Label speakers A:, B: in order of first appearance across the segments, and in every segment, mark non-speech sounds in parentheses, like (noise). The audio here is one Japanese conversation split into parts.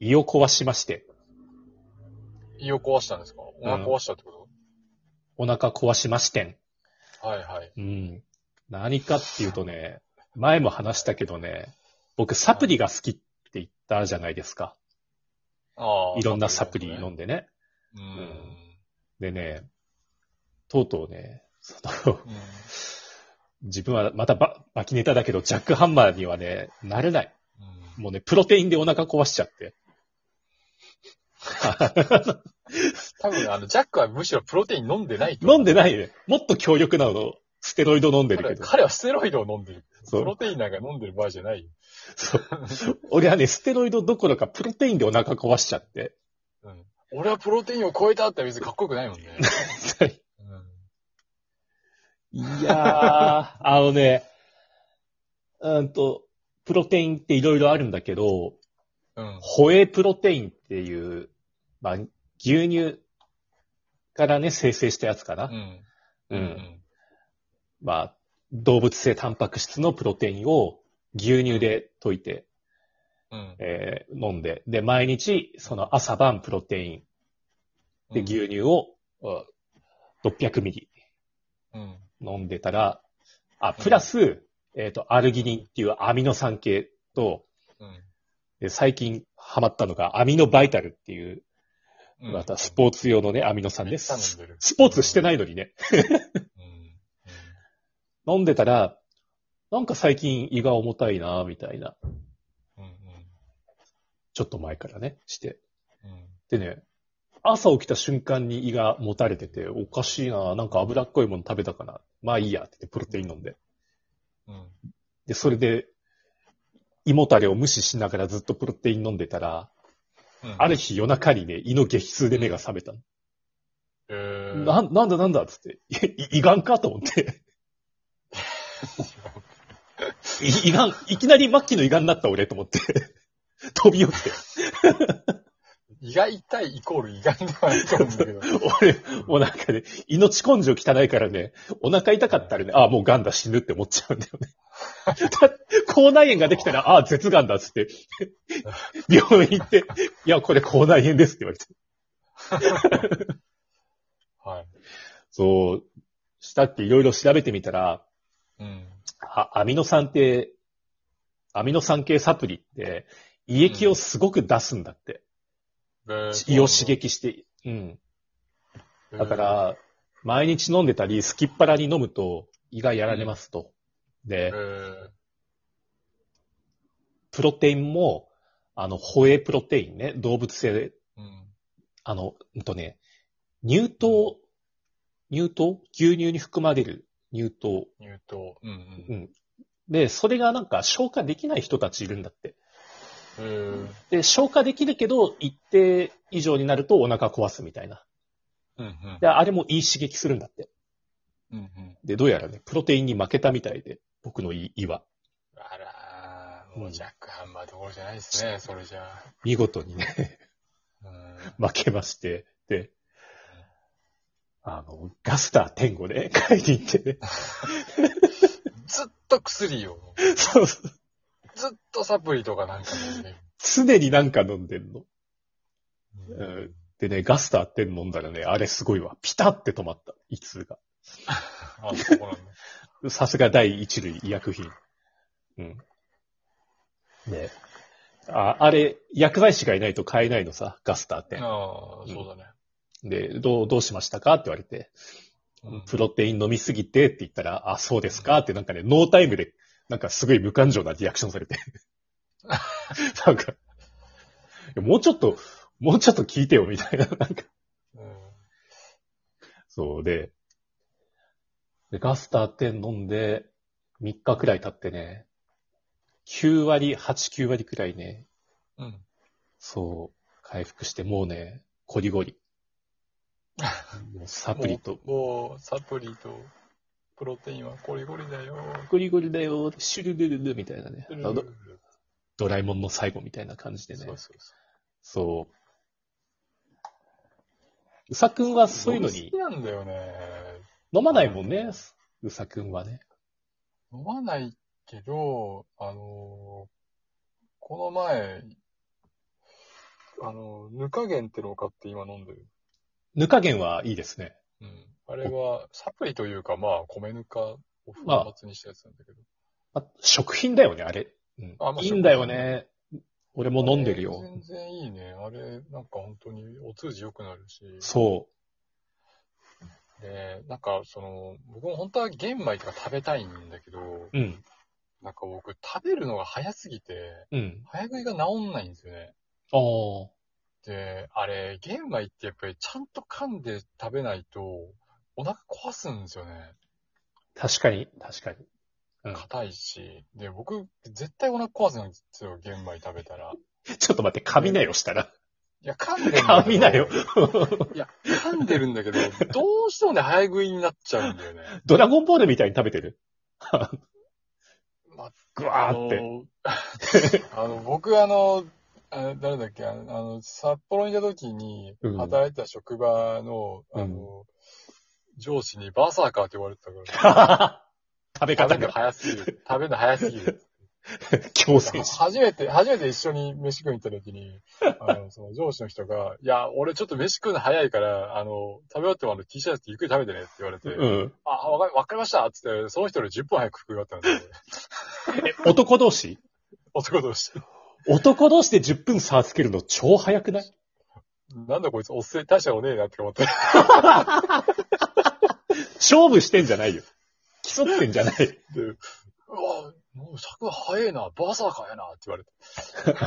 A: 胃を壊しまして、
B: 胃を壊したんですかお腹壊したってこ
A: お腹壊しましてん。
B: と、はいはい。
A: うん。何かっていうとね、前も話したけどね、僕サプリが好きって言ったじゃないですか。
B: ああ。
A: いろんなサプリ飲
B: で。
A: んでね。
B: う
A: でね、とうとうね、その、 (laughs)
B: ん。うん
A: 自分はまたババキネタだけど、ジャックハンマーにはね、なれない。
B: うん
A: もうね、プロテインでお腹壊しちゃって。
B: 多分、あの、ジャックはむしろプロテイン飲んでないと思う
A: 飲んでないね。もっと強力なの、ステロイド飲んでる
B: 彼
A: け
B: は
A: ど。
B: 彼はステロイドを飲んでる。
A: そ
B: プ
A: う
B: ロ。テインなんか飲んでる場合じゃないよ。
A: そう。俺はね、ステロイドどころかプロテインでお腹壊しちゃって。
B: うん。俺はプロテインを超えたって別にかっこよくないもんね。うん
A: いやー、 (laughs) あのね、うんと、プロテインっていろいろあるんだけど、
B: うん。
A: ホエープロテインっていう、まあ、牛乳からね、生成したやつかな。
B: うん。
A: うんまあ、動物性タンパク質のプロテインを牛乳で溶いて、
B: うん。
A: えー飲んで、で、毎日、その朝晩プロテインで牛乳を、うん600ミリ
B: うん。
A: 飲んでたら、あ、プラス、えっ、と、アルギニンっていうアミノ酸系と、
B: うん。
A: で最近ハマったのがアミノバイタルっていう、
B: うん。
A: またスポーツ用のね、アミノ酸
B: め
A: で
B: っちゃ飲ん
A: す。
B: でる。。
A: スポーツしてないいのにね、
B: うん。
A: 飲んでたら、なんか最近胃が重たいな、みたいな、
B: うん。
A: ちょっと前からね、して。
B: うん。うん。
A: でね、朝起きた瞬間に胃がもたれてて、おかしいな、なんか脂っこいもの食べたかな。まあいいや、って言ってプロテイン飲んで。
B: うん。
A: で、それで、胃もたれを無視しながらずっとプロテイン飲んでたら、
B: うん
A: ある日夜中にね、胃の激痛で目が覚めたの。
B: えー、
A: な、なんだなんだっつって、い胃がんかと思って。い胃がん、いきなり末期の胃がんになった俺と思って。 (laughs) 飛び起きて。
B: 胃が痛いイコール胃がんではないと思うんだけど。
A: 俺、もうなんかね、胃の血根性汚いからね、お腹痛かったらね、ああ、もう癌だ死ぬって思っちゃうんだよね。だ口内炎ができたら、ああ、絶癌だっつって、病院行って、いや、これ口内炎ですって言われて。
B: はい。
A: そう、したっていろいろ調べてみたら、
B: うん。
A: あアミノ酸って、アミノ酸系サプリって、胃液をすごく出すんだって。
B: えー
A: 胃を刺。激して。うん。だか、ら、毎日飲んでたり、すきっ腹に飲むと、胃がやられますと。
B: え
A: で、
B: ー
A: プロテインも、あの、ホエープロテインね、動物性、
B: うん。
A: あの、うんとね、乳糖、乳糖牛乳に含まれる乳糖。
B: 乳糖。うんうん。
A: うん。で、それがなんか消化できない人たちいるんだって。
B: えー
A: で、消化できるけど、一定以上になるとお腹壊すみたいな。
B: うん
A: で、あれもいい刺激するんだって。
B: うん。うんうん。
A: で、どうやらね、プロテインに負けたみたいで、僕の胃胃は。
B: あらー、
A: うん
B: もうジャックハンマーどころじゃないですね、それじゃあ。
A: 見事にね、 (laughs)
B: うん。
A: 負けまして、で、あの、ガスター天狗で (laughs) 買いに行って、
B: ずっと薬を、
A: そうそう
B: ずっとサプリとかなんか飲んでる。
A: 常になんか飲んでんの。
B: うん
A: うんでね、ガスターって飲んだらね、あれすごいわ。ピタって止まった、胃痛が。
B: あ、そうなんだ。
A: さすが第一類医薬品。うん。ねあ、あれ、薬剤師がいないと買えないのさ、ガスターって。
B: ああ、そうだね。
A: で、どう、どうしましたかって言われて、
B: うん
A: プロテイン飲みすぎてって言ったら、あ、そうですかってなんかね、ノータイムで、なんかすごい無感情なリアクションさ
B: (laughs)
A: れて。なんか、いやもうちょっと、もうちょっと聞いてよ、みたいな。なんか、
B: うん
A: そうで、で、ガスターって飲んで、3日くらい経ってね、9割、8、9割くらいね、
B: うん。
A: そう、回復して、もうね、こりご
B: (laughs)
A: り。もうサプリと、
B: もう、もうサプリと、プロテインはゴリゴリだよ。
A: ゴリゴリだよ、シュルルルルみたいなね。あのド
B: そ
A: ドラえもんの最後みたいな感じでね。
B: うそうそ
A: そう。うさくんは
B: う。
A: そういうのに
B: 好きなんだよね。
A: 飲まないもんね、うさくんはね。
B: 飲まないけど、あのーこの前、あの、ぬかげんってのを買って今飲んでる。
A: ぬかげんはいいですね。
B: うん。あれは、サプリというか、まあ、米ぬかを粉末にしたやつなんだけど。
A: あ食品だよね、あれ。うん
B: あまあ
A: いいんだよね。俺も飲んでる
B: あれ
A: よ。
B: 全然いいね。あれ、なんか本当にお通じ良くなるし。
A: そ
B: で、なんかその、僕も本当は玄米とか食べたいんだけど、
A: う。うん。
B: なんか僕食べるのが早すぎて、
A: うん。
B: 早食いが治んないんですよね。
A: ああ。
B: で、あれ、玄米ってやっぱりちゃんと噛んで食べないと、お腹壊すんですよね。
A: 確かに、確かに。うん
B: 硬いし。で、僕、絶対お腹壊すんですよ、玄米食べたら。
A: ちょっと待って、噛みなよしたら。 (laughs)
B: いや、噛んでるんだ
A: 噛
B: け
A: み
B: ど
A: なよ。
B: いや、噛んでるんだけど、どうしてもね、早食いになっちゃうんだよね。
A: ドラゴンボールみたいに食べて (laughs) る。
B: まあ、
A: ぐわーって。
B: あの。あの、僕、あの、あ誰だっけ、あの、あの札幌にいた時に
A: うん、
B: 働いてた職場の、あの、上司にバーサーカーって言われてたから、
A: (laughs) 食べ
B: 食
A: 方
B: べるの
A: が
B: 早すぎる。食べるの早すぎる。
A: 強制し。
B: 初めて、初めて一緒に飯食いに行った時
A: (laughs)
B: に、あの、その上司の人が、いや、俺ちょっと飯食うの早いから、あの、食べ終わってもあの T シャツゆっくり食べてねって言われて、
A: うん。
B: あ、わかわかりましたっつって、その人より10分早く食い終わったんですよ。
A: 男同士
B: 男同士。
A: 男同士で10分差つけるの超早くない
B: なんだこいつ、おっせえ、大したことねえなって思って。
A: 勝負してんじゃないよ。競ってんじゃない。 (laughs)
B: で、うわ、もう作早えな、バーサーカーやなって
A: (laughs)
B: 言われて。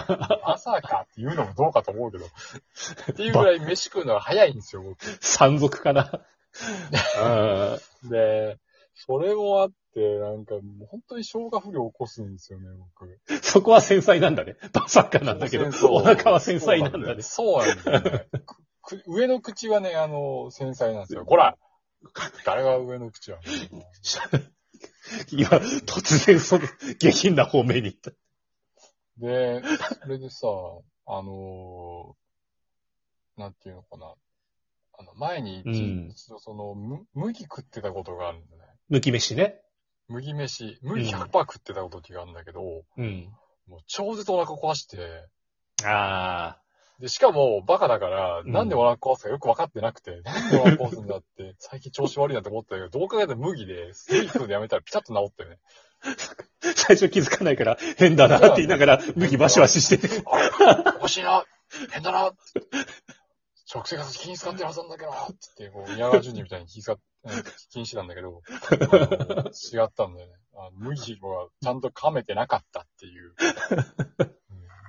B: バーサーカーって言うのもどうかと思うけど。っていうぐらい飯食うのは早いんですよ、僕。
A: 山賊か (laughs) な。うん
B: で、それもあって、なんか、もう本当に消化不良を起こすんですよね、僕。
A: そこは繊細なんだね。 (laughs) バサッカーなんだけど、
B: そう
A: お腹は繊細なんだね。
B: そうなんだよね。くく上の口はね、あの、繊細なんですよ。ほら誰が上の口やん。
A: (laughs) 今、突然その下品な方面に行った。
B: で、それでさ、あのーなんていうのかな。あの、前に
A: う
B: 一
A: ん
B: 一度その、む麦食ってたことがあるんだね。
A: むき飯ね。
B: 麦飯、麦
A: うん
B: 100%食ってた時があるんだけど、
A: うん。
B: もう超絶お腹壊して、
A: ああ。
B: で、しかもバカだから、
A: うん
B: なんでお腹壊すかよく分かってなくて、なんでお腹壊すんだって、最近調子悪いなって思ったけど、どう考えても麦で、スイープでやめたらピタッと治ったよね。
A: 最初気づかないから変だなって言いながら、麦バシバシしてて。
B: あれおかしいな変だな食生活気に使ってるはずなんだけどつって、こう、宮川淳二みたいに気遣っ気にしてたんだけど、あの違ったんだよね。あの麦はちゃんと噛めてなかったっていう、うん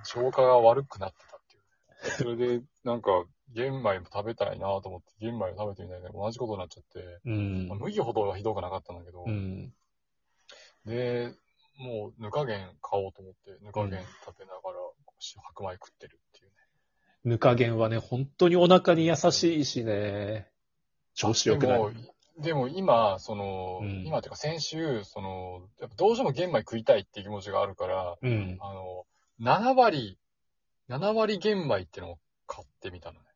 B: 消化が悪くなってたっていう。それで、なんか、玄米も食べたいなと思って、玄米を食べてみたいけど、同じことになっちゃって、
A: うん
B: まあ麦ほどはひどくなかったんだけど、
A: うん。
B: で、もう、ぬかげん買おうと思って、ぬかげん食べながら、白米食ってるっていうね。
A: ぬかげんはね、本当にお腹に優しいしね。調子良くない
B: でも、でも今、その、
A: うん
B: 今っていうか先週、その、やっぱどうしても玄米食いたいっていう気持ちがあるから、
A: うん。
B: あの、7割、7割玄米ってのを買ってみたのね。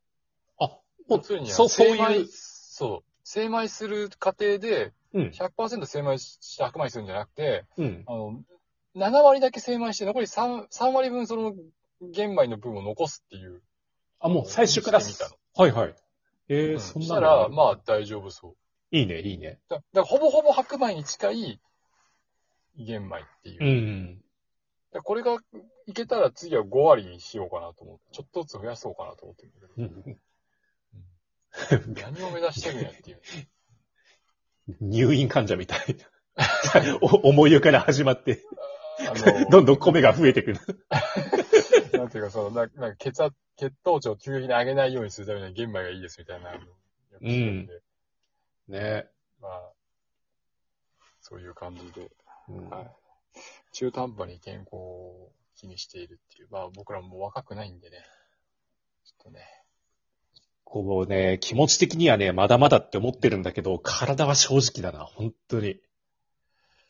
A: あ、も
B: 要する
A: う、
B: に
A: そう、そう
B: 精
A: い
B: 米
A: う。
B: そう。精米する過程で、
A: うん。
B: 100%精米して白米するんじゃなくて、
A: うん。
B: あの、7割だけ精米して、残り 3, 3割分その玄米の分を残すっていう。
A: あ、もう最初から
B: してみた。
A: はいはい。え
B: う
A: ー、
B: ん
A: そん
B: し
A: な
B: た
A: のがあ
B: ら、
A: る。
B: まあ大丈夫そう。
A: いいね、いいね。
B: だだからほぼほぼ白米に近い玄米っていう。
A: うん。
B: でこれがいけたら次は5割にしようかなと思って、ちょっとずつ増やそうかなと思ってるんだけ
A: う
B: ど、
A: ん
B: 何を目指してるんやっていう。
A: (laughs) 入院患者みたい (laughs) な。お思い浮から始まって、
B: あ
A: どんどん米が増えてくる。
B: の、なんていうか、その、ななんか血圧、血糖値を急激に上げないようにするためには玄米がいいですみたいな。
A: うん。ね。
B: まあ、そういう感じで、
A: うん
B: はい中途半端に健康を気にしているっていう。まあ僕らも若くないんでね。ちょっとね。
A: こうね、気持ち的にはね、まだまだって思ってるんだけど、体は正直だな、本当に。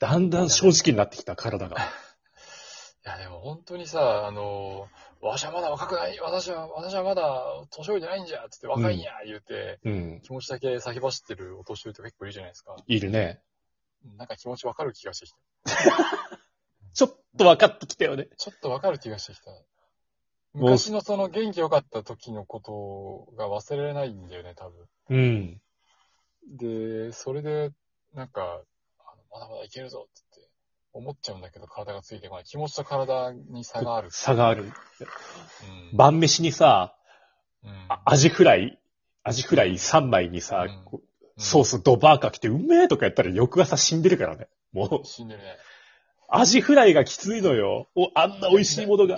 A: だんだん正直になってきた、体が。
B: いや、でも本当にさ、あの、私はまだ若くない、私は、私はまだ年寄りじゃないんじゃ、つって若いんや、言うて、
A: うん。
B: 気持ちだけ先走ってるお年寄りとか結構いるじゃないですか。
A: いるね。
B: なんか気持ちわかる気がしてきた。
A: ちょっと分かってきたよね。
B: ちょっとわかる気がしてきた。
A: もう
B: 昔のその元気良かった時のことが忘れられないんだよね、多
A: うん。
B: 分。で、それで、なんか、あのまだまだいけるぞってって思っちゃうんだけど、体がついてこない。気持ちと体に差がある。
A: 差がある。
B: うん。
A: 晩飯にさ、
B: うん
A: あアジフライ、アジフライ3枚にさ、
B: うん
A: こうソースドバーか来て、うめえとかやったら翌朝死んでるからね。もう
B: うん、死んでるね。
A: アジフライがきついのよ。お、あんな美味しいものが。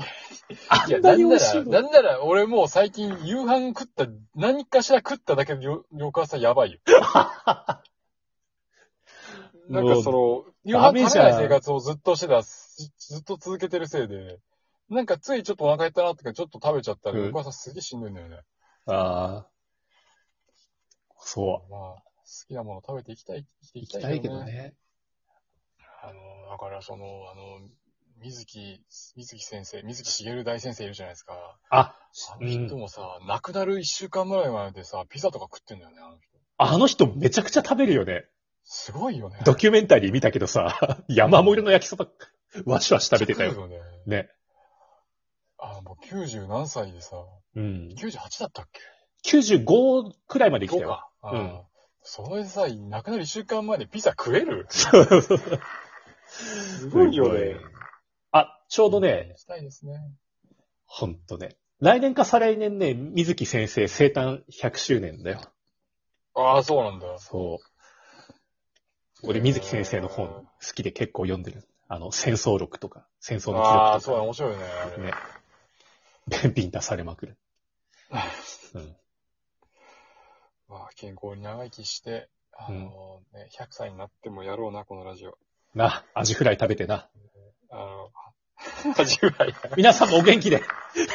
A: あ
B: いや、
A: ん
B: な
A: なに
B: ん
A: 美
B: な
A: 味しい
B: ら、
A: も
B: な
A: の。
B: んなら、俺もう最近夕飯食った、何かしら食っただけでよ翌朝やばいよ。 (laughs) なんかその、夕
A: ダメ
B: 飯
A: じ
B: 食
A: ゃん
B: べない生活をずっとしてた、ずずっと続けてるせいで、なんかついちょっとお腹減ったなってか、ちょっと食べちゃったら、
A: うん
B: 翌朝すげえしんどいんだよね。
A: ああ。そう。
B: まあ、好きなもの食べていきたい、生きてい
A: 行
B: きた
A: き
B: い
A: たいけど。ね。
B: あの、だからその、あの、水木、水木先生、水木しげる大先生いるじゃないですか。
A: あ、
B: あ
A: う
B: の人
A: ん。
B: もさ、亡くなる一週間前までさ、ピザとか食ってんだよね、あの人。
A: あの人めちゃくちゃ食べるよね。
B: すごいよね。
A: ドキュメンタリー見たけどさ、 (laughs) 山盛りの焼きそば、わしわし食べてたよ。
B: よね。
A: ね。
B: あ、もう90何歳でさ、
A: うん。
B: 98だったっけ
A: 95くらいまで生きた
B: そ
A: (laughs) よ。
B: うか。あ
A: う
B: ー
A: ん
B: それでさ、亡くなる1週間前にピザ食えるす
A: す。
B: うん。
A: あ、ちょうどね、
B: したいですね。
A: ほんとね。来年か再来年ね、水木先生生誕100周年だよ。
B: ああ、そうなんだ。
A: そう。俺、水木先生の本
B: へー
A: 好きで結構読んでる。あの、戦争録とか、戦争の記
B: ああ、
A: 録
B: そうだ、
A: と
B: 面白いよね。あ
A: か、
B: れ
A: ね。便秘に出されまくる。うん。
B: (laughs) まあ、健康に長生きして、あのね、100歳になってもやろうな、このラジオ。
A: な、アジフライ食べてな。
B: あの、恥じらい。 (laughs)
A: 皆さんもお元気で。